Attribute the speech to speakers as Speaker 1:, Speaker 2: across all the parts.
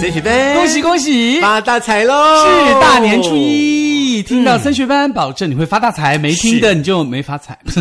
Speaker 1: 孙雪芬，
Speaker 2: 恭喜恭喜！
Speaker 1: 发大财喽！
Speaker 2: 是大年初，一，
Speaker 1: 嗯
Speaker 2: 听到升学班，保证你会发大财；没听的你就没发财。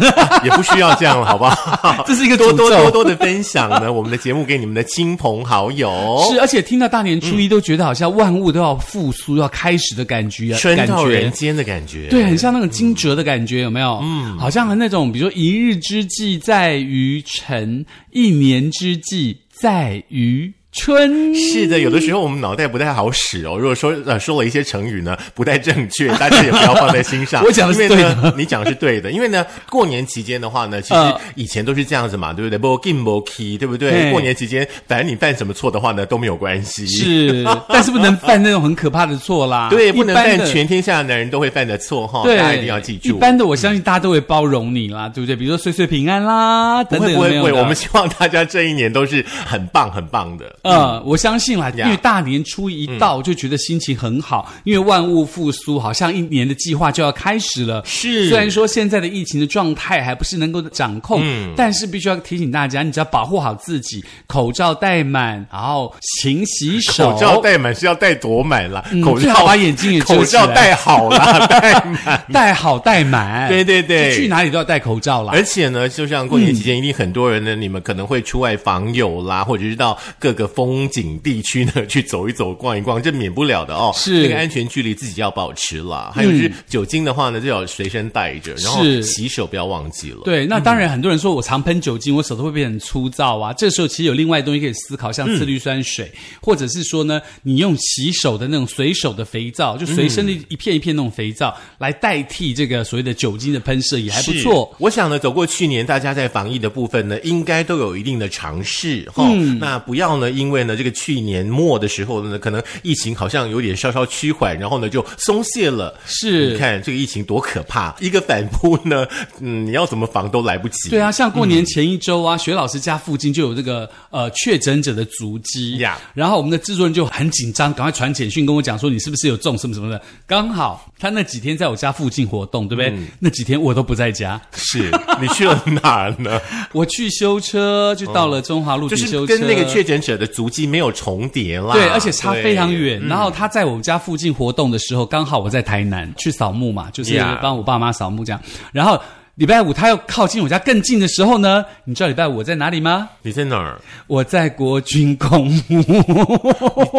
Speaker 1: 也不需要这样了，好不好？
Speaker 2: 这是一个
Speaker 1: 多
Speaker 2: 诅咒
Speaker 1: 多多多的分享呢， 我们的节目给你们的亲朋好友。
Speaker 2: 是，啊而且听到大年初一都觉得好像万物都要复苏、要开始的感觉，
Speaker 1: 春
Speaker 2: 感
Speaker 1: 到
Speaker 2: 觉
Speaker 1: 人间的感觉，
Speaker 2: 对，很像那种惊蛰的感觉，有没有？嗯，好像那种，比如说一日之计在于晨，一年之计在于春。
Speaker 1: 是的，有的时候我们脑袋不太好使哦。如果说呃说了一些成语呢不太正 确，大家也不要放在心上。
Speaker 2: 我讲的是
Speaker 1: 因为呢
Speaker 2: 对 的
Speaker 1: 你讲的是对的。因为呢，过年期间的话呢，其实
Speaker 2: 呃
Speaker 1: 以前都是这样子嘛，对不对不 game b key，对不对？
Speaker 2: 对
Speaker 1: 过年期间，反正你犯什么错的话呢都没有关系。。
Speaker 2: 是， 但是不能犯那种很可怕的错啦。
Speaker 1: 对，
Speaker 2: 一
Speaker 1: 不能
Speaker 2: 般
Speaker 1: 犯
Speaker 2: 的
Speaker 1: 全天下男人都会犯的错哦哈，大
Speaker 2: 对，
Speaker 1: 家一定要记
Speaker 2: 一
Speaker 1: 住。
Speaker 2: 般的，我相信大家都会包容你啦，对不对？比如说岁岁平安啦，
Speaker 1: 不
Speaker 2: 等等
Speaker 1: 会
Speaker 2: 有
Speaker 1: 不
Speaker 2: 没
Speaker 1: 会不会，
Speaker 2: 有的
Speaker 1: 我们希望大家这一年都是很棒很棒的。
Speaker 2: 呃，我相信啦，因
Speaker 1: 呀
Speaker 2: 为大年初一到，就觉得心情很好，因为万物复苏，好像一年的计划就要开始了。
Speaker 1: 是
Speaker 2: 虽然说现在的疫情的状态还不是能够掌控，
Speaker 1: 嗯
Speaker 2: 但是必须要提醒大家，你只要保护好自己，口罩戴满，然后勤洗手，
Speaker 1: 口罩戴满是要戴多满啦，
Speaker 2: 嗯
Speaker 1: 口
Speaker 2: 最
Speaker 1: 罩
Speaker 2: 好把眼睛也遮
Speaker 1: 口
Speaker 2: 起
Speaker 1: 罩
Speaker 2: 来
Speaker 1: 戴好啦， 戴满。
Speaker 2: 戴好戴满。
Speaker 1: 对对对
Speaker 2: 去哪里都要戴口罩啦。
Speaker 1: 而且呢，就像过年期间，一定很多人呢，你们可能会出外访友啦，或者是到各个风景地区呢 去走一走、逛一逛，这免不了的哦。嗯
Speaker 2: 是
Speaker 1: 那个安全距离自己要保持啦。还有就是酒精的话呢，最好随身带着，然后
Speaker 2: 是
Speaker 1: 洗手不要忘记了。
Speaker 2: 对，那当
Speaker 1: 嗯
Speaker 2: 然，很多人说我常喷酒精，我手都会变很粗糙啊。这时候其实有另外的东西可以思考，像次氯酸水，
Speaker 1: 嗯
Speaker 2: 或者是说呢，你用洗手的那种随手的肥皂，就随
Speaker 1: 嗯
Speaker 2: 身的一片一片那种肥皂、来代替这个所谓的酒精的喷射，也还不
Speaker 1: 是
Speaker 2: 错。。
Speaker 1: 我想呢，走过去年，大家在防疫的部分呢，应该都有一定的尝试哈、
Speaker 2: 嗯
Speaker 1: 那不要呢，因为呢，这个去年末的时候呢，可能疫情好像有点稍稍趋缓，然后呢就松懈了。
Speaker 2: 是
Speaker 1: 你看这个疫情多可怕，一个反扑呢，嗯，你要怎么防都来不及。
Speaker 2: 对。啊，像过
Speaker 1: 嗯
Speaker 2: 年前一周啊，学老师家附近就有这个呃确诊者的足迹
Speaker 1: 呀
Speaker 2: 然后我们的制作人就很紧张，赶快传简讯跟我讲说你是不是有中什么什么的。刚好他那几天在我家附近活动，对不对？
Speaker 1: 嗯
Speaker 2: 那几天我都不在家。
Speaker 1: 是你去了哪儿 呢？
Speaker 2: 我去修车，就到了中华路
Speaker 1: 哦就
Speaker 2: 去
Speaker 1: 是
Speaker 2: 修车，
Speaker 1: 跟那个确诊者的足迹没有重叠啦。
Speaker 2: 对，而且差非常
Speaker 1: 对。嗯
Speaker 2: 远。然后他在我们家附近活动的时候，刚好我在台南去扫墓嘛，就是
Speaker 1: Yeah
Speaker 2: 帮我爸妈扫墓这样。然后礼拜五他又靠近我家更近的时候呢，你知道礼拜五我在哪里吗？
Speaker 1: 你在哪 儿？
Speaker 2: 我在国军公墓。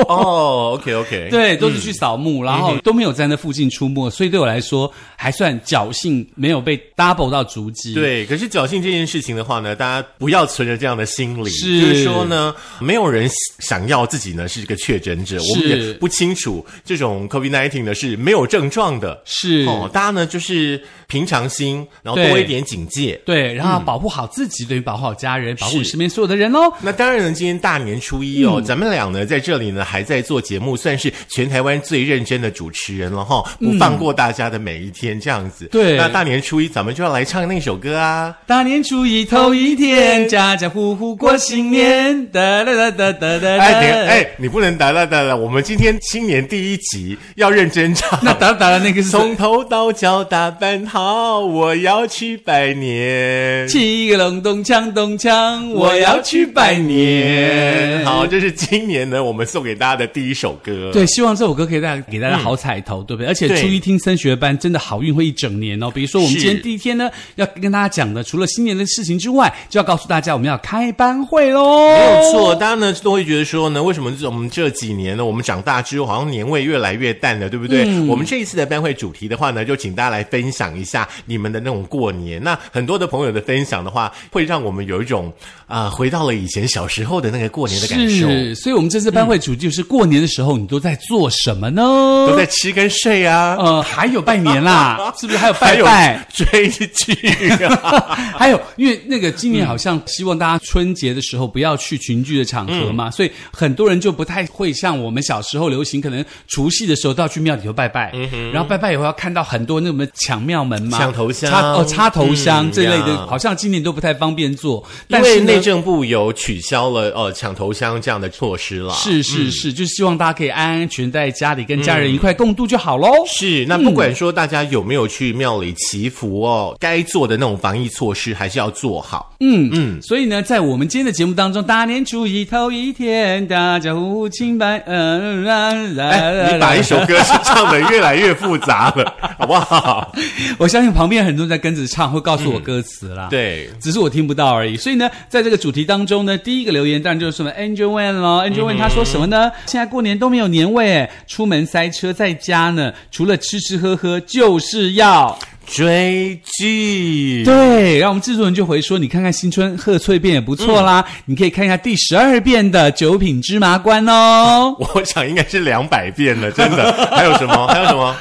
Speaker 1: 哦，OK OK。
Speaker 2: 对，都是去扫
Speaker 1: 嗯
Speaker 2: 墓，然后都没有在那附近出没，所以对我来说还算侥幸，没有被 double 到足迹。。
Speaker 1: 对，可是侥幸这件事情的话呢，大家不要存着这样的心理，
Speaker 2: 是
Speaker 1: 就是说呢，没有人想要自己呢是一个确诊者，我们也不清楚这种 COVID nineteen 呢是没有症状的，
Speaker 2: 是
Speaker 1: 哦，大家呢就是平常心，然后
Speaker 2: 对
Speaker 1: 多一点警戒。
Speaker 2: 对，然后保护好自己，等于保护好家人，保护你
Speaker 1: 是
Speaker 2: 身边所有的人喽。
Speaker 1: 那当然呢，今天大年初一哦，
Speaker 2: 嗯
Speaker 1: 咱们俩呢在这里呢还在做节目，算是全台湾最认真的主持人了哈、不放过大家的每一天这样子。
Speaker 2: 嗯对
Speaker 1: 那大年初一咱们就要来唱那首歌啊。
Speaker 2: 大年初一头一天，家家户户过新年，哒哒哒哒哒哒。
Speaker 1: 哎，你哎，你不能打啦打啦！我们今天新年第一集要认真唱。
Speaker 2: 那打打的那个是
Speaker 1: 从头到脚打扮好，我要去拜年。
Speaker 2: 七个隆咚锵咚锵，我要去拜年。
Speaker 1: 好，，这是今年呢我们送给大家的第一首歌。，
Speaker 2: 对，希望这首歌可以带来给大家好彩头，对不对？而且
Speaker 1: 对
Speaker 2: 初一听升学班，真的好运会一整年哦。比如说我们
Speaker 1: 是
Speaker 2: 今天第一天呢，要跟大家讲的，除了新年的事情之外，就要告诉大家我们要开班会喽。
Speaker 1: 没有错。大家呢都会觉得说呢，为什么我们这几年呢，我们长大之后好像年味越来越淡了，对不对？我们这一次的班会主题的话呢，就请大家来分享一下你们的那种过年。那很多的朋友的分享的话，会让我们有一种啊、回到了以前小时候的那个过年的感受。
Speaker 2: 是，所以我们这次班会主题就是过年的时候，你都在做什么呢？
Speaker 1: 都在吃跟睡啊，
Speaker 2: 呃，还有拜年 啦，是不是还有
Speaker 1: 还
Speaker 2: 拜
Speaker 1: 有
Speaker 2: 拜？
Speaker 1: 追剧啊，
Speaker 2: 还有，因为那个今年好像希望大家春节的时候不要去群聚的场合
Speaker 1: 嗯
Speaker 2: 嘛，所以很多人就不太会像我们小时候流行，可能除
Speaker 1: 嗯
Speaker 2: 夕的时候都要去庙里头拜拜，然后拜拜以后要看到很多那什么抢庙门嘛，
Speaker 1: 抢头香
Speaker 2: 插哦插头香
Speaker 1: 嗯
Speaker 2: 这类的，
Speaker 1: 呀
Speaker 2: 好像今年都不太方便做。
Speaker 1: 因
Speaker 2: 但
Speaker 1: 为
Speaker 2: 是
Speaker 1: 内
Speaker 2: 呢，
Speaker 1: 政部有取消了呃抢头香这样的措施了。
Speaker 2: 是是
Speaker 1: 嗯
Speaker 2: 是，就是希望大家可以安安全全在家里跟家人一块共度就好喽。
Speaker 1: 是，那不管说大家有没有去庙里祈福哦，该做的那种防疫措施还是要做好。
Speaker 2: 嗯所以呢，在我们今天的节目当中，大年初一头一天，大家呼呼清白，嗯啦啦啦
Speaker 1: 哎，你把一首歌是唱的越来越复杂 了，好不好？
Speaker 2: 哎我相信旁边很多人在跟着唱，会告诉我歌词啦。。
Speaker 1: 对。
Speaker 2: 只是我听不到而已。所以呢，在这个主题当中呢，第一个留言当然就是什么 Angel Wan 咯，Angel
Speaker 1: 嗯
Speaker 2: Wan 他说什么呢？现在过年都没有年味，哎出门塞车，在家呢，除了吃吃喝喝，就是要
Speaker 1: 追剧，
Speaker 2: 对。然后我们制作人就回说，你看看新春贺岁片也不错啦，
Speaker 1: 嗯
Speaker 2: 你可以看一下第十二遍的《九品芝麻官》哦。
Speaker 1: 我想应该是两百遍了，真的。还有什么？还有什么？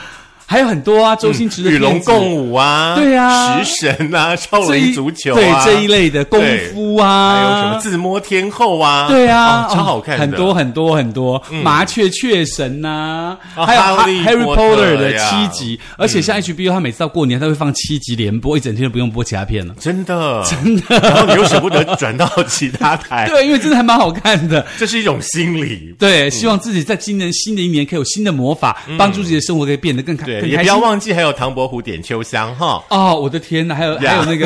Speaker 2: 还有很多啊，周星驰的
Speaker 1: 嗯与龙
Speaker 2: 片子
Speaker 1: 共舞啊，
Speaker 2: 对啊
Speaker 1: 食神啊，少
Speaker 2: 这一
Speaker 1: 林足球
Speaker 2: 对
Speaker 1: 啊，
Speaker 2: 这一类的功夫啊，
Speaker 1: 还有什么自摸天后啊，
Speaker 2: 对啊，
Speaker 1: 哦超好看的，嗯
Speaker 2: 很多很多很多，麻雀雀神呐、
Speaker 1: 哦
Speaker 2: 还有
Speaker 1: 哈
Speaker 2: Harry
Speaker 1: 利
Speaker 2: Harry
Speaker 1: 波特
Speaker 2: Potter 的
Speaker 1: 呀嗯
Speaker 2: 七集，而且像 HBO 他每次到过年，他会放七集连播，一整天都不用播其他片了。
Speaker 1: 真的真的。然后你又舍不得转到其他台，
Speaker 2: 对，因为真的还蛮好看的。
Speaker 1: 这是一种心理。
Speaker 2: 对，希望自己在今年新的一年可以有新的魔法，帮助自己的生活可以变得更开
Speaker 1: 嗯对，
Speaker 2: 更
Speaker 1: 也
Speaker 2: 开
Speaker 1: 不要。
Speaker 2: 心
Speaker 1: 忘记还有唐伯虎点秋香哈。
Speaker 2: 哦，我的天呐，还有还
Speaker 1: 呀
Speaker 2: 有那个，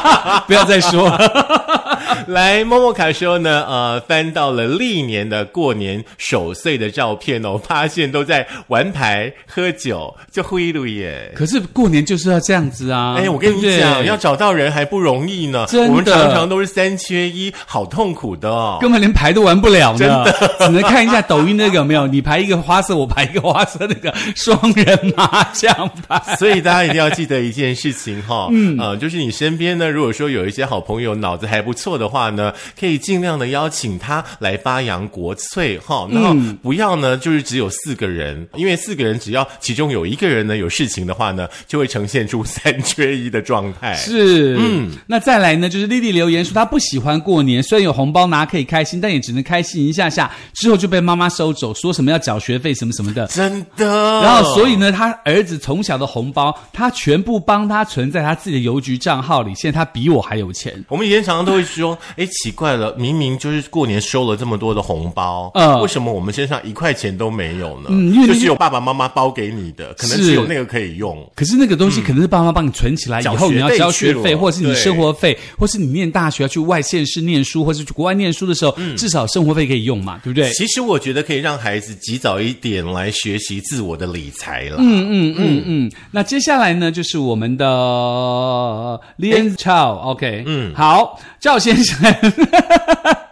Speaker 2: 不要再说了。
Speaker 1: 来，默默卡说呢，呃，翻到了历年的过年守岁的照片哦，发现都在玩牌、喝酒，就挥路耶。
Speaker 2: 可是过年就是要这样子啊！
Speaker 1: 哎，我跟你
Speaker 2: 对不对
Speaker 1: 讲，要找到人还不容易呢。
Speaker 2: 真的
Speaker 1: 我们常常都是三缺一，好痛苦的哦。
Speaker 2: 根本连排都玩不了呢，只能看一下抖音那个有没有，你排一个花色，我排一个花色，那个双人麻将 牌。
Speaker 1: 所以大家一定要记得一件事情哈，嗯，呃，就是你身边呢，如果说有一些好朋友脑子还不错的话呢，可以尽量的邀请他来发扬国粹哈，
Speaker 2: 嗯
Speaker 1: 然后不要呢，就是只有四个人，因为四个人只要其中有一个人呢有事情的话呢，就会呈现出三缺一的状态。
Speaker 2: 是，嗯，那再来呢，就是丽丽留言说她不喜欢过年，虽然有红包拿可以开心，但也只能开心一下下，之后就被妈妈收走，说什么要缴学费什么什么的。
Speaker 1: 真的，
Speaker 2: 然后，所以呢，他儿子从小的红包，他全部帮他存在他自己的邮局账号里。现在他比我还有钱，
Speaker 1: 我们以前常常都会说，哎，奇怪了，明明就是过年收了这么多的红包，
Speaker 2: 嗯
Speaker 1: 为什么我们身上一块钱都没有呢？
Speaker 2: 嗯因为
Speaker 1: 就是有爸爸妈妈包给你的，可能
Speaker 2: 是
Speaker 1: 只有那个可以用。
Speaker 2: 可是那个东西可能是爸妈帮你存起来，以
Speaker 1: 嗯缴
Speaker 2: 后你
Speaker 1: 学
Speaker 2: 要
Speaker 1: 费
Speaker 2: 交
Speaker 1: 去
Speaker 2: 学费，
Speaker 1: 了
Speaker 2: 或是你
Speaker 1: 对
Speaker 2: 生活费，或是你念大学要去外县市念书，或是去国外念书的时候，
Speaker 1: 嗯
Speaker 2: 至少生活费可以用嘛，对不对？
Speaker 1: 其实我觉得可以让孩子及早一点来学习自我的理财啦。
Speaker 2: 嗯嗯嗯嗯。那接下来呢，就是我们的 l i a n Chow，OK，嗯，好，赵先生。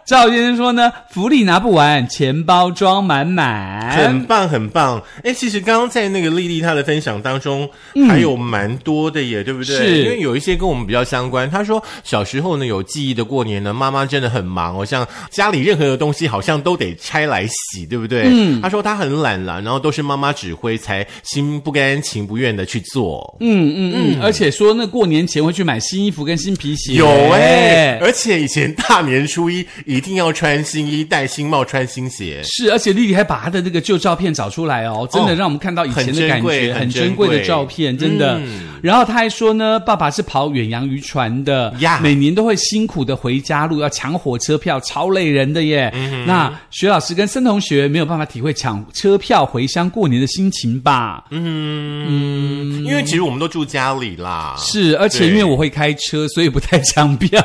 Speaker 2: 赵先生说呢，福利拿不完，钱包装满满。嗯
Speaker 1: 很棒，很棒！哎，其实刚刚在那个丽丽她的分享当中，还有蛮多的耶，对不对？
Speaker 2: 嗯是
Speaker 1: 因为有一些跟我们比较相关。她说小时候呢有记忆的过年呢，妈妈真的很忙哦，像家里任何的东西好像都得拆来洗，对不对？嗯，她说她很懒啦，然后都是妈妈指挥，才心不甘情不愿的去做。
Speaker 2: 嗯嗯嗯，而且说那过年前会去买新衣服跟新皮鞋，
Speaker 1: 有哎、而且以前大年初一一定要穿新衣、戴新帽、穿新鞋。
Speaker 2: 是，而且丽丽还把她的那个旧照片找出来哦，真的
Speaker 1: 哦
Speaker 2: 让我们看到以前
Speaker 1: 很
Speaker 2: 的
Speaker 1: 珍
Speaker 2: 感
Speaker 1: 贵
Speaker 2: 觉，
Speaker 1: 很
Speaker 2: 很
Speaker 1: 珍
Speaker 2: 珍贵的
Speaker 1: 贵嗯
Speaker 2: 照片，真的。然后她还说呢，爸爸是跑远洋渔船的
Speaker 1: 呀
Speaker 2: 每年都会辛苦的回家路，要抢火车票，超累人的耶。
Speaker 1: 嗯
Speaker 2: 那徐老师跟森同学没有办法体会抢车票回乡过年的心情吧？
Speaker 1: 嗯，因为其实我们都住家里啦，
Speaker 2: 是，而且因为
Speaker 1: 对
Speaker 2: 我会开车，所以不太抢票，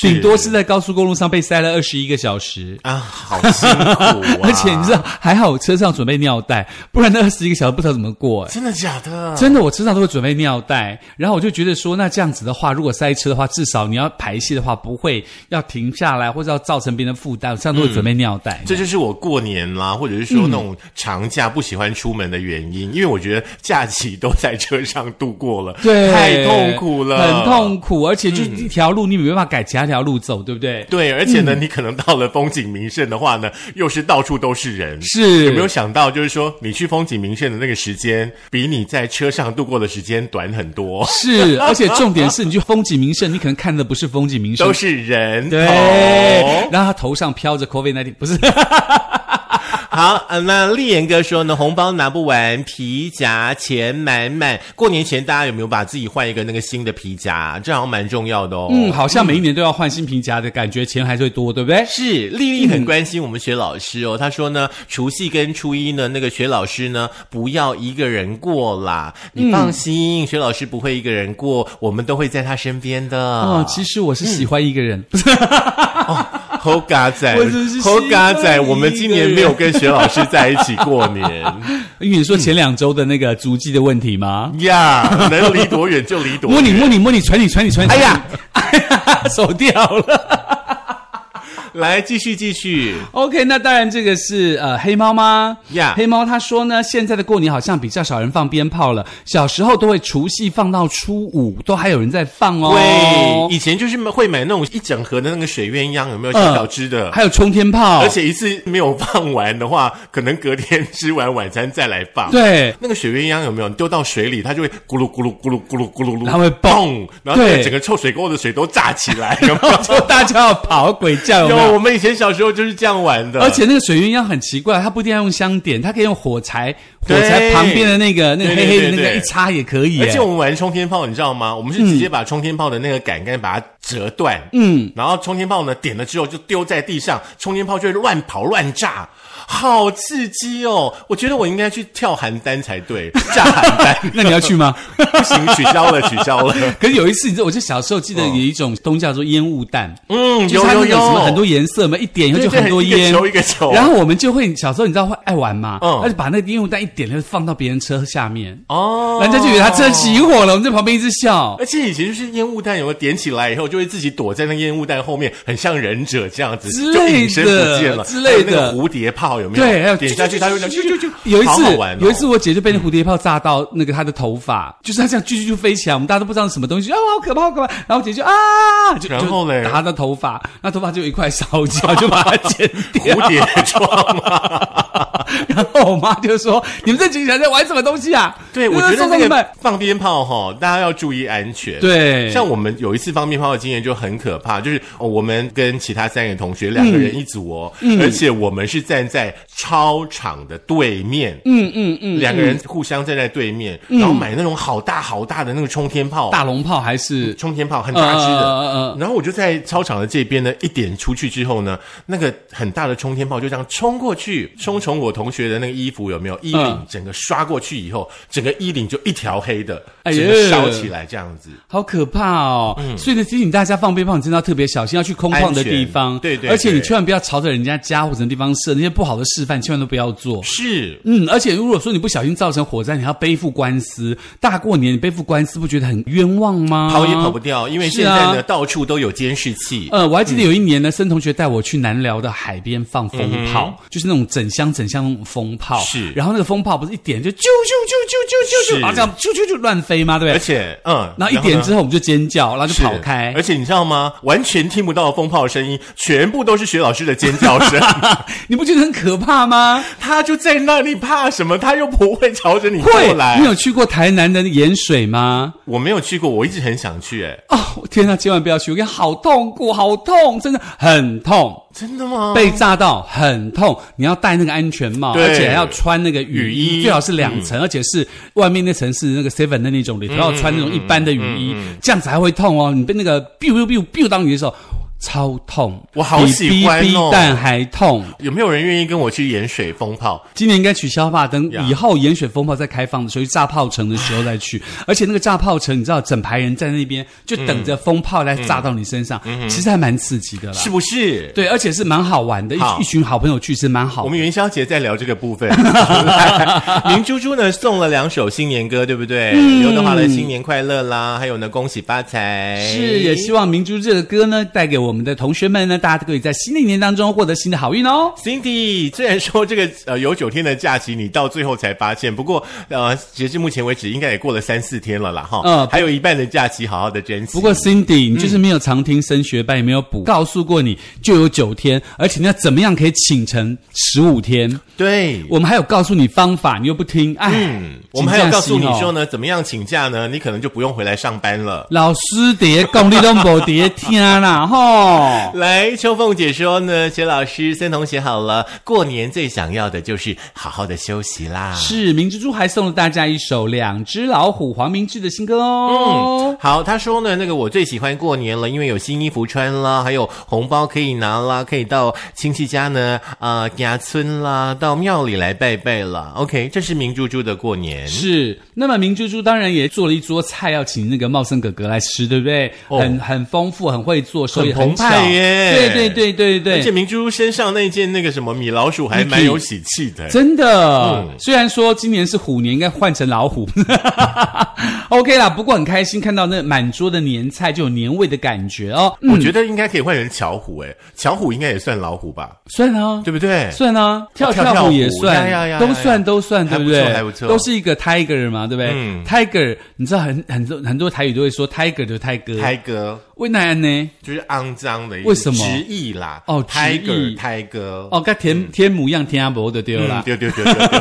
Speaker 2: 顶多是在高速公路上被塞了二十一个小时。
Speaker 1: 啊，好辛苦、啊，
Speaker 2: 而且你知道，还好我车上准备尿袋，不然那二十一个小时不知道怎么过、哎。
Speaker 1: 真的假的？
Speaker 2: 真的，我车上都会准备尿袋，然后我就觉得说，那这样子的话，如果塞车的话，至少你要排泄的话，不会要停下来或者要造成别人的负担，我这样都会准备尿袋。
Speaker 1: 这就是我过年啦，或者是说那种长假不喜欢出门的原因，因为我觉得假期都在车上度过了，
Speaker 2: 对，
Speaker 1: 太痛苦了，
Speaker 2: 很。痛苦，而且就是一条路，你没办法改其他条路走，对不对？
Speaker 1: 对，而且呢，
Speaker 2: 嗯
Speaker 1: 你可能到了风景名胜的话呢，又是到处都是人。
Speaker 2: 是
Speaker 1: 有没有想到，就是说你去风景名胜的那个时间，比你在车上度过的时间短很多，
Speaker 2: 是，而且重点是，你去风景名胜，你可能看的不是风景名胜
Speaker 1: 都，是人头。哦
Speaker 2: 对，然后他头上飘着 COVID 1 9不是。
Speaker 1: 好，呃，那丽妍哥说呢，红包拿不完，皮夹钱满满。过年前大家有没有把自己换一个那个新的皮夹？这好像蛮重要的哦。
Speaker 2: 嗯，好像每一年都要换新皮夹的感觉，钱还是会多，对不对？
Speaker 1: 是丽丽很关心我们学老师哦，她说呢，除夕跟初一呢，那个学老师呢不要一个人过啦，
Speaker 2: 嗯
Speaker 1: 你放心，学老师不会一个人过，我们都会在他身边的。
Speaker 2: 哦，其实我是喜
Speaker 1: 嗯
Speaker 2: 欢一个人，
Speaker 1: 猴嘎仔
Speaker 2: 我只是，
Speaker 1: 猴嘎
Speaker 2: 希望
Speaker 1: 仔，
Speaker 2: 你
Speaker 1: 我们今年没有跟学老师在一起过年
Speaker 2: 因为你说前两周的那个足迹的问题吗？
Speaker 1: 呀能离多远就离多
Speaker 2: 摸
Speaker 1: 远。
Speaker 2: 你摸你摸你，传你传你传你，
Speaker 1: 哎呀，
Speaker 2: 哎呀，手掉了。
Speaker 1: 来继续继续，
Speaker 2: OK，那当然这个是呃黑猫吗？
Speaker 1: Yeah
Speaker 2: 黑猫他说呢，现在的过年好像比较少人放鞭炮了，小时候都会除夕放到初五，都还有人在放哦。
Speaker 1: 对，以前就是会买那种一整盒的那个水鸳鸯，有没有小小只的？
Speaker 2: 嗯还有冲天炮，
Speaker 1: 而且一次没有放完的话，可能隔天吃完晚餐再来放。，
Speaker 2: 对。
Speaker 1: 那个水鸳鸯有没有丢到水里，它就会咕噜咕噜咕噜咕噜咕噜咕噜，
Speaker 2: 它会
Speaker 1: 蹦，然后那个
Speaker 2: 对
Speaker 1: 整个臭水沟的水都炸起来，有没有？
Speaker 2: 就大家要跑鬼叫， 有没有
Speaker 1: 有，我们以前小时候就是这样玩的。
Speaker 2: 而且那个水鸳鸯很奇怪，它不一定要用香点，它可以用火柴，火
Speaker 1: 对
Speaker 2: 柴旁边的那个那个
Speaker 1: 对
Speaker 2: 黑
Speaker 1: 对
Speaker 2: 黑的
Speaker 1: 对
Speaker 2: 那个
Speaker 1: 对
Speaker 2: 一插也可以耶。
Speaker 1: 而且我们玩冲天炮，你知道吗？我们是直接把冲天炮的那个杆杆把它折断，嗯，然后冲天炮呢点了之后就丢在地上，冲天炮就会乱跑乱炸，好刺激哦！我觉得我应该去跳邯郸才对，炸邯郸
Speaker 2: 那你要去吗？
Speaker 1: 不行，取消了，取消了。
Speaker 2: 可是有一次，你知道，我就小时候记得有一种东西叫做烟雾弹，
Speaker 1: 哦嗯，
Speaker 2: 就
Speaker 1: 有
Speaker 2: 是它那
Speaker 1: 有
Speaker 2: 个什么
Speaker 1: 有
Speaker 2: 很多颜色嘛，一点以后
Speaker 1: 对
Speaker 2: 就
Speaker 1: 对
Speaker 2: 很多
Speaker 1: 一个
Speaker 2: 烟，
Speaker 1: 球一个球
Speaker 2: 然后我们就会小时候你知道会爱玩嘛，
Speaker 1: 嗯
Speaker 2: 那就把那个烟雾弹一点，就放到别人车下面，
Speaker 1: 哦，
Speaker 2: 人家就以为他车。起火了，我们在旁边一直笑。
Speaker 1: 而且以前就是烟雾弹，有没有点起来以后，就会自己躲在那烟雾弹后面，很像忍者这样子，
Speaker 2: 之
Speaker 1: 就
Speaker 2: 类
Speaker 1: 隐身不见
Speaker 2: 的
Speaker 1: 了
Speaker 2: 之类的
Speaker 1: 还有那个蝴蝶炮有没有？
Speaker 2: 对，还有
Speaker 1: 点下去，它就就就就
Speaker 2: 有一次，
Speaker 1: 好好玩哦
Speaker 2: 有一次我姐就被那蝴蝶炮炸到那个她的头发，就是她这样啾啾就飞起来，我们大家都不知道是什么东西，啊，好可怕，好可怕！然后我姐就啊，就
Speaker 1: 然后
Speaker 2: 就
Speaker 1: 嘞
Speaker 2: 打她的头发，那头发就有一块烧焦，就把它剪掉。
Speaker 1: 蝴蝶窗 啊，
Speaker 2: 然后我妈就说：“你们这几个人在玩什么东西啊？”
Speaker 1: 对我觉得
Speaker 2: 送
Speaker 1: 那
Speaker 2: 你
Speaker 1: 个
Speaker 2: 们
Speaker 1: 放鞭炮哈，大家要注意安全。。
Speaker 2: 对，
Speaker 1: 像我们有一次放鞭炮的经验就很可怕，就是哦我们跟其他三个同学两个
Speaker 2: 嗯
Speaker 1: 人一组哦，而且我们是站在操场的对面，嗯嗯嗯，两个人互相站在对面，然后买那种好大好大的那个冲天炮，
Speaker 2: 嗯大龙炮还是
Speaker 1: 冲天炮很大只的，
Speaker 2: 嗯嗯嗯嗯
Speaker 1: 然后我就在操场的这边呢，一点出去之后呢，那个很大的冲天炮就这样冲过去，冲从我同学的那个衣服有没有衣领
Speaker 2: 嗯
Speaker 1: 整个刷过去以后，整个衣领就一条黑的，
Speaker 2: 哎
Speaker 1: 整
Speaker 2: 呀
Speaker 1: 个烧起来这样子。
Speaker 2: 好可怕哦！
Speaker 1: 嗯
Speaker 2: 所以呢，提醒大家放鞭炮，你真的要特别小心，要去空旷的地
Speaker 1: 安
Speaker 2: 方。
Speaker 1: 全对对
Speaker 2: 而且你
Speaker 1: 对
Speaker 2: 千万不要朝着人家家或者地方射，那些不好的示范千万都不要做。
Speaker 1: 是，
Speaker 2: 嗯，而且如果说你不小心造成火灾，你还要背负官司，大过年你背负官司，不觉得很冤枉吗？
Speaker 1: 跑也跑不掉，因为现在呢、
Speaker 2: 嗯是啊
Speaker 1: 到处都有监视器。
Speaker 2: 呃，我还记得有一年呢，森同学带我去南寮的海边放风炮，就是那种整箱整箱那种风炮。
Speaker 1: 嗯是
Speaker 2: 然后那个风炮不是一点就啾啾啾啾啾啾
Speaker 1: 是
Speaker 2: 啾，然后这样啾啾就乱飞吗？对不
Speaker 1: 而
Speaker 2: 对？
Speaker 1: 且，嗯，
Speaker 2: 然后一点之
Speaker 1: 后
Speaker 2: 后我们就尖叫，然后
Speaker 1: 是
Speaker 2: 就跑开
Speaker 1: 而。且你知道吗？完全听不到风炮声音，全部都是学老师的尖叫 声。
Speaker 2: 你不觉得很可怕 吗？
Speaker 1: 他就在那里，怕什么？他又不会朝着你过
Speaker 2: 会
Speaker 1: 来。，
Speaker 2: 你有去过台南的盐水吗？
Speaker 1: 我没有去过，我一直很想去、哎，
Speaker 2: 哦，天哪，千万不要去！我跟你讲好痛苦，好痛，真的很痛。
Speaker 1: 真的吗？
Speaker 2: 被炸到很痛，你要戴那个安全帽，
Speaker 1: 哦对
Speaker 2: 而且还要穿那个雨衣，
Speaker 1: 雨衣嗯
Speaker 2: 最好是两层，而且是外面那层是那个 seven 的那种，里头要穿那种一般的雨衣，
Speaker 1: 嗯
Speaker 2: 这样子还会痛哦。你被那个 biu biu biu biu 到你的时候，超痛，
Speaker 1: 我好喜欢哦
Speaker 2: 比 BB 弹还痛。
Speaker 1: 有没有人愿意跟我去盐水风炮？
Speaker 2: 今年应该取消吧，等
Speaker 1: 呀
Speaker 2: 以后盐水风炮再开放的时候，去炸炮城的时候再去。而且那个炸炮城，你知道，整排人站在那边就等着风炮来炸到你身上，其实还蛮刺激的啦。
Speaker 1: 嗯是不是？
Speaker 2: 对，而且是蛮好玩的，一
Speaker 1: 好
Speaker 2: 一群好朋友去是蛮好
Speaker 1: 我们元宵节再聊这个部 分。 来明珠珠呢送了两首新年歌，对不对？
Speaker 2: 嗯
Speaker 1: 刘德华的《新年快乐》啦，还有呢，恭喜发财。
Speaker 2: 是，也希望《明珠》这个歌呢，带给我们的同学们呢，大家都可以在新的一年当中获得新的好运哦。
Speaker 1: Cindy，虽然说这个呃有九天的假期，你到最后才发现，不过呃，截至目前为止，应该也过了三四天了啦，哈。
Speaker 2: 嗯
Speaker 1: 还有一半的假期，好好的珍惜。
Speaker 2: 不过 Cindy，你就是没有常听升学班，也没有补，告诉过你就有九天，而且你要怎么样可以请成十五天？
Speaker 1: 对，
Speaker 2: 我们还有告诉你方法，你又不听，哎，
Speaker 1: 嗯，我们还有告诉你
Speaker 2: 真是
Speaker 1: 说
Speaker 2: 哦。
Speaker 1: 呢，怎么样请假呢？你可能就不用回来上班了。
Speaker 2: 老师在讲，你都无在听啦，吼、哦，
Speaker 1: 来，秋凤姐说呢，薛老师、森同学好了，过年最想要的就是好好的休息啦。
Speaker 2: 是明蜘蛛还送了大家一首《两只老虎》黄明志的新歌哦。
Speaker 1: 好，他说呢，那个我最喜欢过年了，因为有新衣服穿啦，还有红包可以拿啦，可以到亲戚家呢，啊、家村啦，到庙里来拜拜啦。OK，这是明珠珠的过年。
Speaker 2: 是，那么明珠珠当然也做了一桌菜，要请那个茂森哥哥来吃，对不对？
Speaker 1: 哦
Speaker 2: 很很丰富，很会做，手也
Speaker 1: 很澎
Speaker 2: 巧
Speaker 1: 湃耶
Speaker 2: 对对对
Speaker 1: 而
Speaker 2: 对
Speaker 1: 且
Speaker 2: 对，
Speaker 1: 明珠珠身上那件那个什么米老鼠还蛮有喜气的。
Speaker 2: 真的。
Speaker 1: 嗯
Speaker 2: 虽然说今年是虎年，应该换成老虎。OK 啦，不过很开心看到那满桌的年菜，就有年味的感觉哦。嗯，
Speaker 1: 我觉得应该可以换成巧虎，哎，巧虎应该也算老虎吧，
Speaker 2: 算啊，
Speaker 1: 对不对？
Speaker 2: 算啊，跳
Speaker 1: 跳跳
Speaker 2: 舞
Speaker 1: 舞
Speaker 2: 也算，
Speaker 1: 呀呀呀
Speaker 2: 都
Speaker 1: 呀
Speaker 2: 算
Speaker 1: 呀
Speaker 2: 都算，对
Speaker 1: 还不
Speaker 2: 对？
Speaker 1: 错还不错
Speaker 2: 都是一个 tiger 嘛，对不对、
Speaker 1: 嗯
Speaker 2: t i g e r 你知道很很多很多台语都会说 tiger 就是泰哥，
Speaker 1: 胎哥
Speaker 2: 为那安呢？
Speaker 1: 就是肮脏的意思，
Speaker 2: 为什么
Speaker 1: 直译啦？
Speaker 2: 哦
Speaker 1: 胎
Speaker 2: 直
Speaker 1: 哥
Speaker 2: 译
Speaker 1: 胎哥
Speaker 2: 哦，跟天天母一样，天阿伯的丢
Speaker 1: 嗯
Speaker 2: 啦。
Speaker 1: 对对对对 对。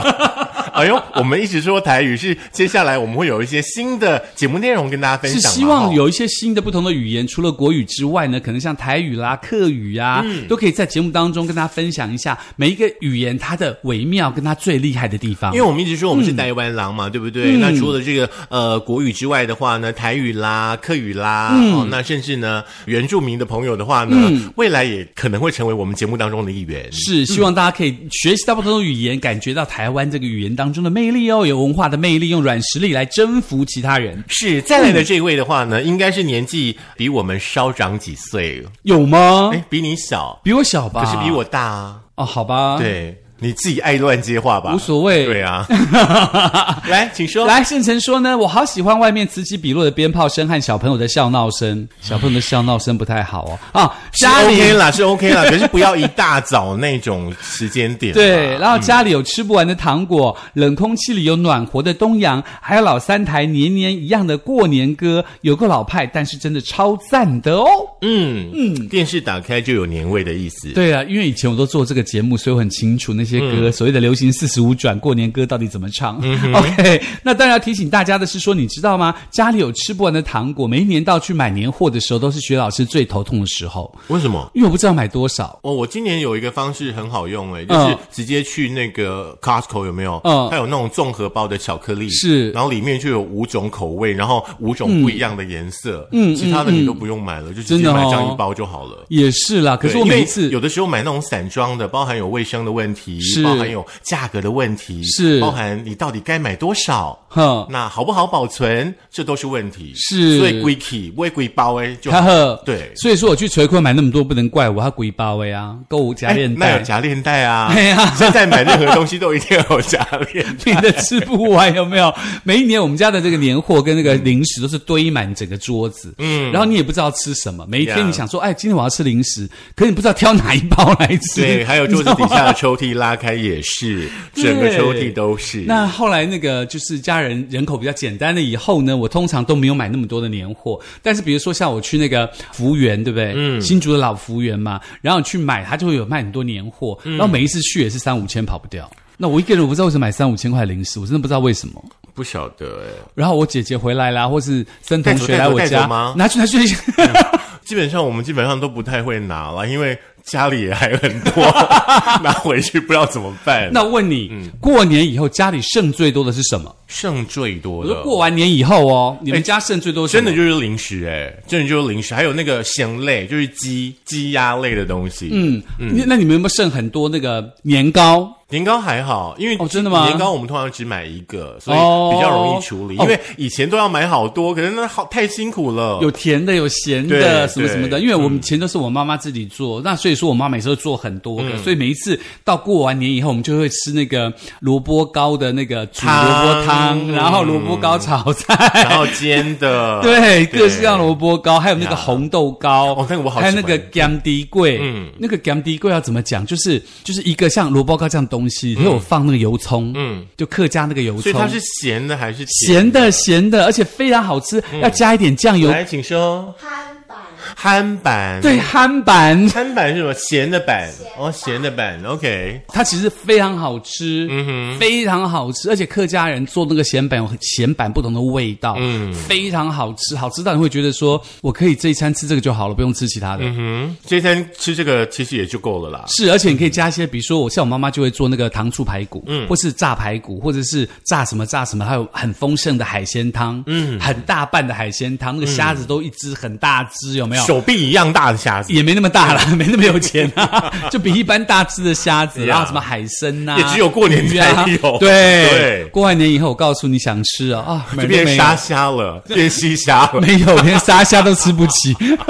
Speaker 1: 哎呦，我们一直说台语是，接下来我们会有一些新的节目内容跟大家分
Speaker 2: 是
Speaker 1: 享嘛，
Speaker 2: 希望
Speaker 1: 哈
Speaker 2: 有一些新的不同的语言，除了国语之外呢，可能像台语啦、客语啊，
Speaker 1: 嗯
Speaker 2: 都可以在节目当中跟大家分享一下每一个语言它的微妙跟它最厉害的地方
Speaker 1: 因为。我们一直说我们是台湾狼
Speaker 2: 嗯
Speaker 1: 嘛，对不对？那除了这个呃国语之外的话呢，台语啦、客语啦，
Speaker 2: 嗯
Speaker 1: 哦，那甚至呢原住民的朋友的话呢，未来也可能会成为我们节目当中的一员。
Speaker 2: 是，希望大家可以学习到不同的语言，感觉到台湾这个语言当中的魅力哦，有文化的魅力，用软实力来征服其他人，
Speaker 1: 是，再来的这位的话呢，应该是年纪比我们稍长几岁，
Speaker 2: 有吗？
Speaker 1: 哎，比你小，
Speaker 2: 比我小吧？
Speaker 1: 可是比我大啊。
Speaker 2: 哦，好吧，，
Speaker 1: 对，你自己爱乱接话吧，
Speaker 2: 无所谓。
Speaker 1: 对啊， 来，请说。
Speaker 2: 来，盛晨说呢，我好喜欢外面此起彼落的鞭炮声和小朋友的笑闹声，小朋友的笑闹声不太好哦。啊，
Speaker 1: 是
Speaker 2: 家里
Speaker 1: OK 啦，是 OK 啦，可是不要一大早那种时间点啦。
Speaker 2: 对，然后家里有吃不完的糖果，冷空气里有暖和的东阳，还有老三台年年一样的过年歌，有个老派，但是真的超赞的哦。
Speaker 1: 嗯嗯，电视打开就有年味的意思。
Speaker 2: 对啊，因为以前我都做这个节目，所以我很清楚那些
Speaker 1: 嗯
Speaker 2: 歌、所谓的流行四十五转过年歌到底怎么唱。OK，那 当然要提醒大家的是说，你知道吗？家里有吃不完的糖果，每一年到去买年货的时候，都是薛老师最头痛的时候，
Speaker 1: 为什么？
Speaker 2: 因为我不知道买多少。
Speaker 1: 哦，我今年有一个方式很好用诶，欸就是
Speaker 2: 嗯
Speaker 1: 直接去那个 Costco 有没有？
Speaker 2: 嗯
Speaker 1: 它有那种综合包的巧克力，
Speaker 2: 是嗯
Speaker 1: 然后里面就有五种口味，然后五种不一样的颜色，嗯，其他的你都不用买了，就直
Speaker 2: 真
Speaker 1: 接
Speaker 2: 的
Speaker 1: 买这
Speaker 2: 哦
Speaker 1: 样一包就好了。
Speaker 2: 也是啦，可
Speaker 1: 对
Speaker 2: 是我
Speaker 1: 因为
Speaker 2: 每一次
Speaker 1: 有的时候买那种散装的，包含有卫生的问题，
Speaker 2: 是
Speaker 1: 包含有价格的问题，
Speaker 2: 是
Speaker 1: 包含你到底该买多少，
Speaker 2: 哼，
Speaker 1: 那好不好保存，这都是问题。
Speaker 2: 是
Speaker 1: 所以贵气不会贵包哎，就好
Speaker 2: 他呵，
Speaker 1: 对
Speaker 2: 所以说我去垂坤买那么多，不能怪我，他鬼包威啊，购物夹链
Speaker 1: 哎那
Speaker 2: 带
Speaker 1: 有，夹链带 啊！
Speaker 2: 哎呀
Speaker 1: 现在买任何东西都一定要有夹链 带。
Speaker 2: 免得吃不完，有没有？ 每一年我们家的这个年货跟那个零食都是堆满整个桌子，嗯，然后你也不知道吃什么，每一天
Speaker 1: Yeah
Speaker 2: 你想说，哎，今天我要吃零食，可是你不知道挑哪一包来 吃，
Speaker 1: 对，还有桌子
Speaker 2: 你知
Speaker 1: 底
Speaker 2: 道吗
Speaker 1: 下的抽屉拉开也是，整个
Speaker 2: 对
Speaker 1: 抽屉都是。
Speaker 2: 那后来那个就是家人人口比较简单了以后呢，我通常都没有买那么多的年货。但是比如说像我去那个服务员，对不对？嗯，新竹的老服务员嘛，然后去买，他就会有卖很多年货，
Speaker 1: 嗯
Speaker 2: 然后每一次去也是三五千跑不掉。那我一个人我不知道为什么买三五千块零食，我真的不知道为什么。
Speaker 1: 不晓得哎，
Speaker 2: 然后我姐姐回来啦，或是森同
Speaker 1: 带走带走
Speaker 2: 学来我
Speaker 1: 带
Speaker 2: 家
Speaker 1: 走吗，嗯
Speaker 2: 拿去拿去，
Speaker 1: 基本上我们基本上都不太会拿了，因为家里也还有很 多，拿回去不知道怎么办。
Speaker 2: 那我问你，
Speaker 1: 嗯
Speaker 2: 过年以后家里剩最多的是什么？
Speaker 1: 剩最多
Speaker 2: 我
Speaker 1: 的
Speaker 2: 说过完年以后哦，你们家剩最多是什
Speaker 1: 呃哎真
Speaker 2: 么
Speaker 1: 的就是零食哎、真的就是零食，还有那个咸类，就是鸡鸡鸭类的东西。嗯，哦
Speaker 2: 嗯，你那你们有没有剩很多那个年糕？
Speaker 1: 年糕还好，因为
Speaker 2: 哦真的吗
Speaker 1: 年糕我们通常只买一个，所
Speaker 2: 哦
Speaker 1: 以比较容易处理。
Speaker 2: 哦
Speaker 1: 因为以前都要买好多，可是那好太辛苦了。
Speaker 2: 有甜的，有咸的，
Speaker 1: 对
Speaker 2: 什么什么
Speaker 1: 对
Speaker 2: 的。
Speaker 1: 嗯
Speaker 2: 因为我们以前都是我妈妈自己做，那所以说我妈每次都做很多
Speaker 1: 嗯
Speaker 2: 个，所以每一次到过完年以后，我们就会吃那个萝卜糕的那个煮萝
Speaker 1: 汤
Speaker 2: 卜
Speaker 1: 嗯
Speaker 2: 汤，然后萝卜糕炒
Speaker 1: 然
Speaker 2: 菜。
Speaker 1: 后煎的，
Speaker 2: 哎 对，各式各样的萝卜糕，还有那个
Speaker 1: 啊呀
Speaker 2: 红豆糕，
Speaker 1: 哦那个我好
Speaker 2: 还有
Speaker 1: 喜
Speaker 2: 那
Speaker 1: 欢
Speaker 2: 个甘迪桂，嗯，那个甘迪桂要怎么讲？就是就是一个像萝卜糕这样东西，它有放那个油葱，嗯
Speaker 1: 嗯，
Speaker 2: 就客家那个油葱，
Speaker 1: 所以它是咸的嗯还是
Speaker 2: 咸的咸的，而且非常好吃，要加一点酱油
Speaker 1: 来，请说。
Speaker 3: 摊板
Speaker 1: 憨板，
Speaker 2: 对，憨板，
Speaker 1: 憨板是什么？咸的板哦，咸的板。OK，
Speaker 2: 它其实非常好吃，嗯哼，非常好吃，而且客家人做那个咸板有咸板不同的味道，嗯，非常好吃，好吃到你会觉得说我可以这一餐吃这个就好了，不用吃其他的。
Speaker 1: 嗯，这餐吃这个其实也就够了啦。
Speaker 2: 是，而且你可以加一些，比如说我像我妈妈就会做那个糖醋排骨，嗯，或是炸排骨，或者是炸什么炸什么，还有很丰盛的海鲜汤，嗯，很大半的海鲜汤，那
Speaker 1: 嗯
Speaker 2: 个虾子都一只很大只，有没有？
Speaker 1: 手臂一样大的虾子，
Speaker 2: 也没那么大啦，没那么有钱 啊，就比一般大只的虾子，
Speaker 1: Yeah
Speaker 2: 然后什么海参呐、
Speaker 1: 也只有过年
Speaker 2: 鱼啊
Speaker 1: 才有
Speaker 2: 对，
Speaker 1: 对
Speaker 2: 过完年以后，我告诉你想吃啊啊，
Speaker 1: 就
Speaker 2: 门都
Speaker 1: 变
Speaker 2: 没有
Speaker 1: 沙虾了，变西虾了。
Speaker 2: 没有，连沙虾都吃不起，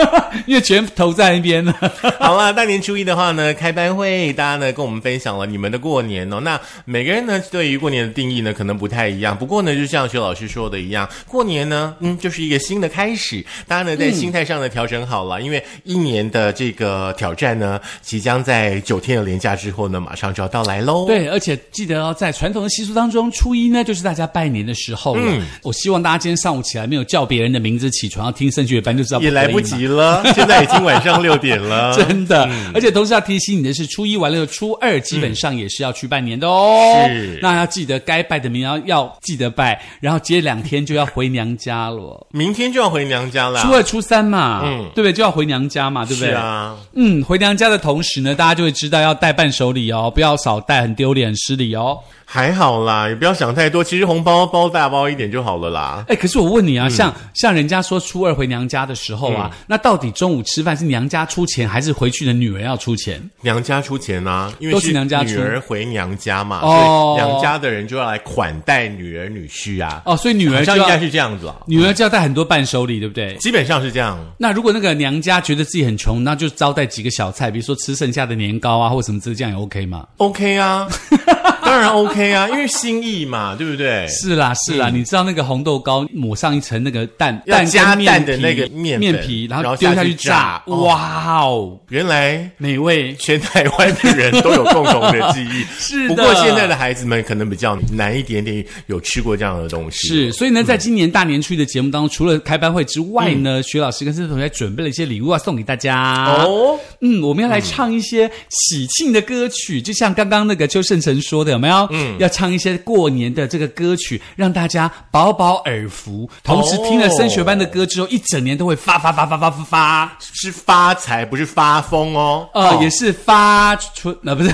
Speaker 2: 因为全投在那边了。
Speaker 1: 好啦，大年初一的话呢，开班会，大家呢跟我们分享了你们的过年哦。那每个人呢对于过年的定义呢可能不太一样，不过呢就像薛老师说的一样，过年呢嗯就是一个新的开始，大家呢在心态上呢调整好了，因为一年的这个挑战呢即将在九天的连假之后呢马上就要到来喽。。
Speaker 2: 对，而且记得哦，在传统的习俗当中，初一呢就是大家拜年的时候了。
Speaker 1: 嗯
Speaker 2: 我希望大家今天上午起来没有叫别人的名字起床，要听升学班就知道
Speaker 1: 也
Speaker 2: 可以
Speaker 1: 来不
Speaker 2: 嘛
Speaker 1: 及了，现在已经晚上六点 了。
Speaker 2: 真的，
Speaker 1: 嗯
Speaker 2: 而且同时要提醒你的是，初一完了，初二基本上也是要去拜年的哦。
Speaker 1: 是
Speaker 2: 那要记得该拜的名要要记得拜，然后接两天就要回娘家了。
Speaker 1: 明天就要回娘家啦。
Speaker 2: 初二、初三嘛，
Speaker 1: 嗯
Speaker 2: 对不对？就要回娘家嘛，对不对？
Speaker 1: 是啊，
Speaker 2: 嗯，回娘家的同时呢，大家就会知道要带伴手礼哦，不要少带，很丢脸、很失礼哦。
Speaker 1: 还好啦，也不要想太多。其实红包包大包一点就好了啦。
Speaker 2: 哎，可是我问你啊，像像人家说初二回娘家的时候啊，那到底中午吃饭是娘家出钱，还是回去的女人要出钱？
Speaker 1: 娘家出钱啊，因为
Speaker 2: 都是娘家出
Speaker 1: 女儿回娘家嘛，
Speaker 2: 哦
Speaker 1: 所以娘家的人就要来款待女儿女婿啊。
Speaker 2: 哦，所以女
Speaker 1: 好
Speaker 2: 儿就
Speaker 1: 像应
Speaker 2: 要
Speaker 1: 该是这样子啊，
Speaker 2: 女儿就要带很多伴手礼，对不对？
Speaker 1: 基本上是这样。
Speaker 2: 那如果那个娘家觉得自己很穷，那就招待几个小菜，比如说吃剩下的年糕啊，或什么之类，这样也 OK 吗？
Speaker 1: OK 啊，当然 OK 啊，因为心意嘛，对不对？
Speaker 2: 是啦，是啦，你知道那个红豆糕抹上一层那个蛋，
Speaker 1: 要
Speaker 2: 蛋
Speaker 1: 加
Speaker 2: 跟面
Speaker 1: 蛋的
Speaker 2: 皮
Speaker 1: 那个面
Speaker 2: 面
Speaker 1: 粉
Speaker 2: 皮，然
Speaker 1: 然
Speaker 2: 后
Speaker 1: 后
Speaker 2: 丢
Speaker 1: 下
Speaker 2: 下
Speaker 1: 去
Speaker 2: 去炸
Speaker 1: 炸，哦
Speaker 2: 哇哦，
Speaker 1: 原来。
Speaker 2: 美味。
Speaker 1: 全台湾的人都有共同的记忆，
Speaker 2: 是的
Speaker 1: 不过现在的孩子们可能比较难一点点，有吃过这样的东西。
Speaker 2: 是，所以呢，在今年大年初一的节目当中，除了开班会之外呢，徐老师跟孙同学准备了一些礼物要送给大家。
Speaker 1: 嗯哦，
Speaker 2: 嗯，我们要来唱一些喜庆的歌曲，就像刚刚那个邱胜成说的，有没有？嗯，要唱一些过年的这个歌曲，让大家饱饱耳
Speaker 1: 哦
Speaker 2: 福。同时听了升学班的歌之后，一整年都会发发发发发发发，
Speaker 1: 是发财不是发疯哦。
Speaker 2: 呃，
Speaker 1: 哦
Speaker 2: 也是发春，呃，不是，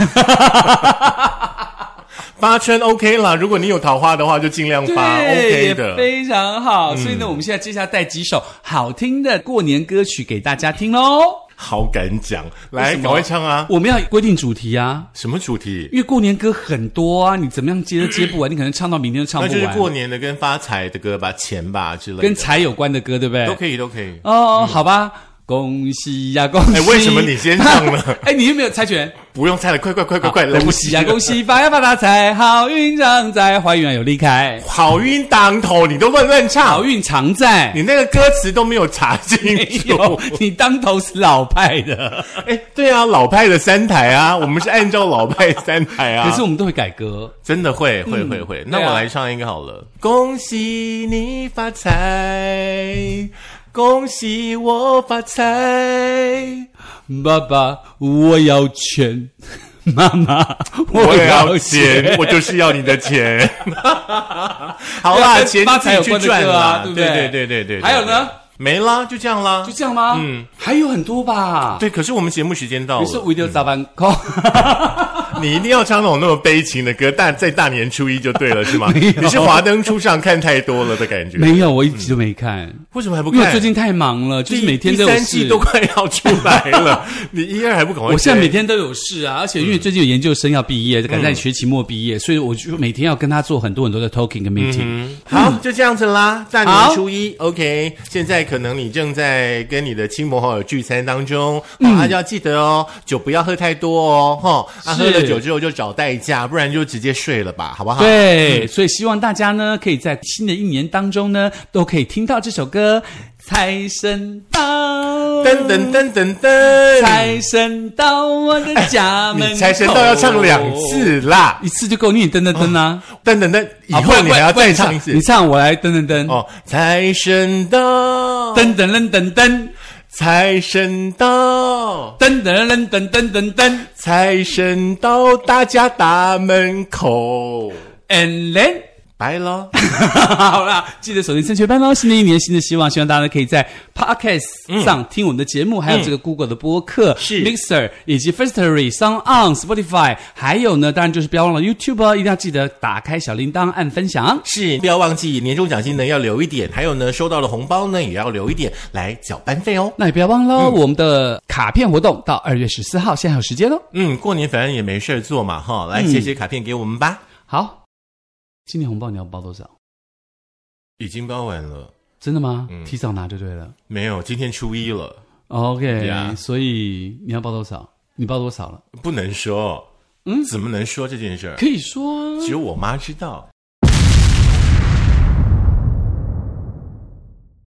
Speaker 1: 发春 OK 啦，如果你有桃花的话，就尽量 发 OK
Speaker 2: 也
Speaker 1: 的。嗯
Speaker 2: 非常好。所以呢，我们现在接下来带几首好听的过年歌曲给大家听喽。
Speaker 1: 好敢讲，来
Speaker 2: 为什么
Speaker 1: 赶快唱啊！
Speaker 2: 我们要规定主题啊。
Speaker 1: 什么主题？
Speaker 2: 因为过年歌很多啊，你怎么样接都接不完，你可能唱到明天都唱
Speaker 1: 那
Speaker 2: 不
Speaker 1: 就是
Speaker 2: 完。
Speaker 1: 过年的跟发财的歌吧，钱吧之类的，
Speaker 2: 跟财有关的歌，对不对？
Speaker 1: 都可以，都可以。
Speaker 2: 哦，好吧，恭喜呀，恭喜！
Speaker 1: 哎为什么你先唱呢？
Speaker 2: 哎，你有没有猜拳？
Speaker 1: 不用猜了，快快快快快，来
Speaker 2: 啊 恭
Speaker 1: 不
Speaker 2: 喜
Speaker 1: 及
Speaker 2: 呀，
Speaker 1: 了！
Speaker 2: 恭喜发呀发大财，好运常在，花园有离开，
Speaker 1: 好运当头，你都乱乱
Speaker 2: 好
Speaker 1: 唱，
Speaker 2: 运常在。
Speaker 1: 啊你那个歌词都没有查清
Speaker 2: 没有
Speaker 1: 楚。，
Speaker 2: 你当头是老派的，
Speaker 1: 哎，对啊，老派的三台啊，我们是按照老派三台啊。
Speaker 2: 可是我们都会改歌。
Speaker 1: 真的会会会会，那
Speaker 2: 对啊
Speaker 1: 我来唱一个好了。恭喜你发财，恭喜我发财，
Speaker 2: 爸爸，我要钱； 妈妈，
Speaker 1: 我要
Speaker 2: 钱。
Speaker 1: 钱，我就是要你的钱。 好啦，
Speaker 2: 跟
Speaker 1: 钱
Speaker 2: 发
Speaker 1: 自
Speaker 2: 财有
Speaker 1: 己去
Speaker 2: 关的
Speaker 1: 赚
Speaker 2: 歌啊
Speaker 1: 啦，
Speaker 2: 对不
Speaker 1: 对
Speaker 2: 对
Speaker 1: 对对对对。
Speaker 2: 还有呢？
Speaker 1: 没啦，就这样啦
Speaker 2: 就。这样吗？嗯，还有很多吧。
Speaker 1: 对，可是我们节目时间到
Speaker 2: 比如说
Speaker 1: 了，
Speaker 2: 五六早班 call，
Speaker 1: 你一定要唱那种那么悲情的歌，大在大年初一就对了，是吗？
Speaker 2: 没有
Speaker 1: 你是华灯初上看太多了的感觉，
Speaker 2: 没有，我一直都没看。
Speaker 1: 为什么还不
Speaker 2: 因为我
Speaker 1: 看
Speaker 2: 最？近太忙了，就是
Speaker 1: 第
Speaker 2: 每
Speaker 1: 嗯
Speaker 2: 天
Speaker 1: 第
Speaker 2: 都有
Speaker 1: 三
Speaker 2: 事
Speaker 1: 季。都快要出来了，你一二还不赶快追？
Speaker 2: 我现在每天都有事啊，而且因为最近有研究生要毕
Speaker 1: 嗯
Speaker 2: 业，赶在学期末毕业，所以我就每天要跟他做很多很多的 talking
Speaker 1: 嗯
Speaker 2: 跟 meeting。
Speaker 1: 好，就这样子啦。大年
Speaker 2: 好
Speaker 1: 初一，OK。现在可能你正在跟你的亲朋好友聚餐当中，
Speaker 2: 嗯
Speaker 1: 大家、就要记得哦，酒不要喝太多哦，哈、啊，
Speaker 2: 是
Speaker 1: 喝了酒之后就找代驾，不然就直接睡了吧，好不好？，嗯
Speaker 2: 对，所以希望大家呢，可以在新的一年当中呢，都可以听到这首歌《财神到》，
Speaker 1: 噔噔噔噔噔，
Speaker 2: 财神到我的家门口，
Speaker 1: 你财神到要唱两，次啦，
Speaker 2: 一次就够，你也噔噔噔啊！
Speaker 1: 噔噔噔，哦以
Speaker 2: 啊不
Speaker 1: 后
Speaker 2: 然
Speaker 1: 你
Speaker 2: 不
Speaker 1: 还
Speaker 2: 然
Speaker 1: 要
Speaker 2: 不然
Speaker 1: 再
Speaker 2: 你
Speaker 1: 唱一次哦
Speaker 2: 你唱我来噔噔噔，
Speaker 1: 哦。财神到，
Speaker 2: 噔噔噔噔噔。
Speaker 1: 财神到，
Speaker 2: 噔噔噔噔噔噔噔
Speaker 1: 财神到大家大门口，
Speaker 2: ，and then。
Speaker 1: 拜了。
Speaker 2: 好啦，记得锁定升学班喽！新的一年，新的希望，希望大家可以在 Podcast 上听我们的节目，还有这个 Google 的播客、
Speaker 1: 嗯是
Speaker 2: Mixer 以及 Firstory、Sound On、Spotify，还有呢，当然就是不要忘了 YouTube，哦一定要记得打开小铃铛，按分享。
Speaker 1: 是，不要忘记年终奖金呢要留一点，还有呢收到了红包呢也要留一点来缴班费哦。
Speaker 2: 那也不要忘喽，我们的卡片活动到二月十四号，现在还有时间哦喽。
Speaker 1: 嗯，过年反正也没事儿做嘛哈，来写写卡片给我们吧。
Speaker 2: 好，今年红包你要包多少？
Speaker 1: 已经包完了，
Speaker 2: 真的吗？提早拿就对了。
Speaker 1: 没有，今天初一了，
Speaker 2: OK，、
Speaker 1: Yeah
Speaker 2: 所以你要包多少？你包多少了？
Speaker 1: 不能说，嗯，怎么能说这件事儿？
Speaker 2: 可以说啊
Speaker 1: 只有我妈知道。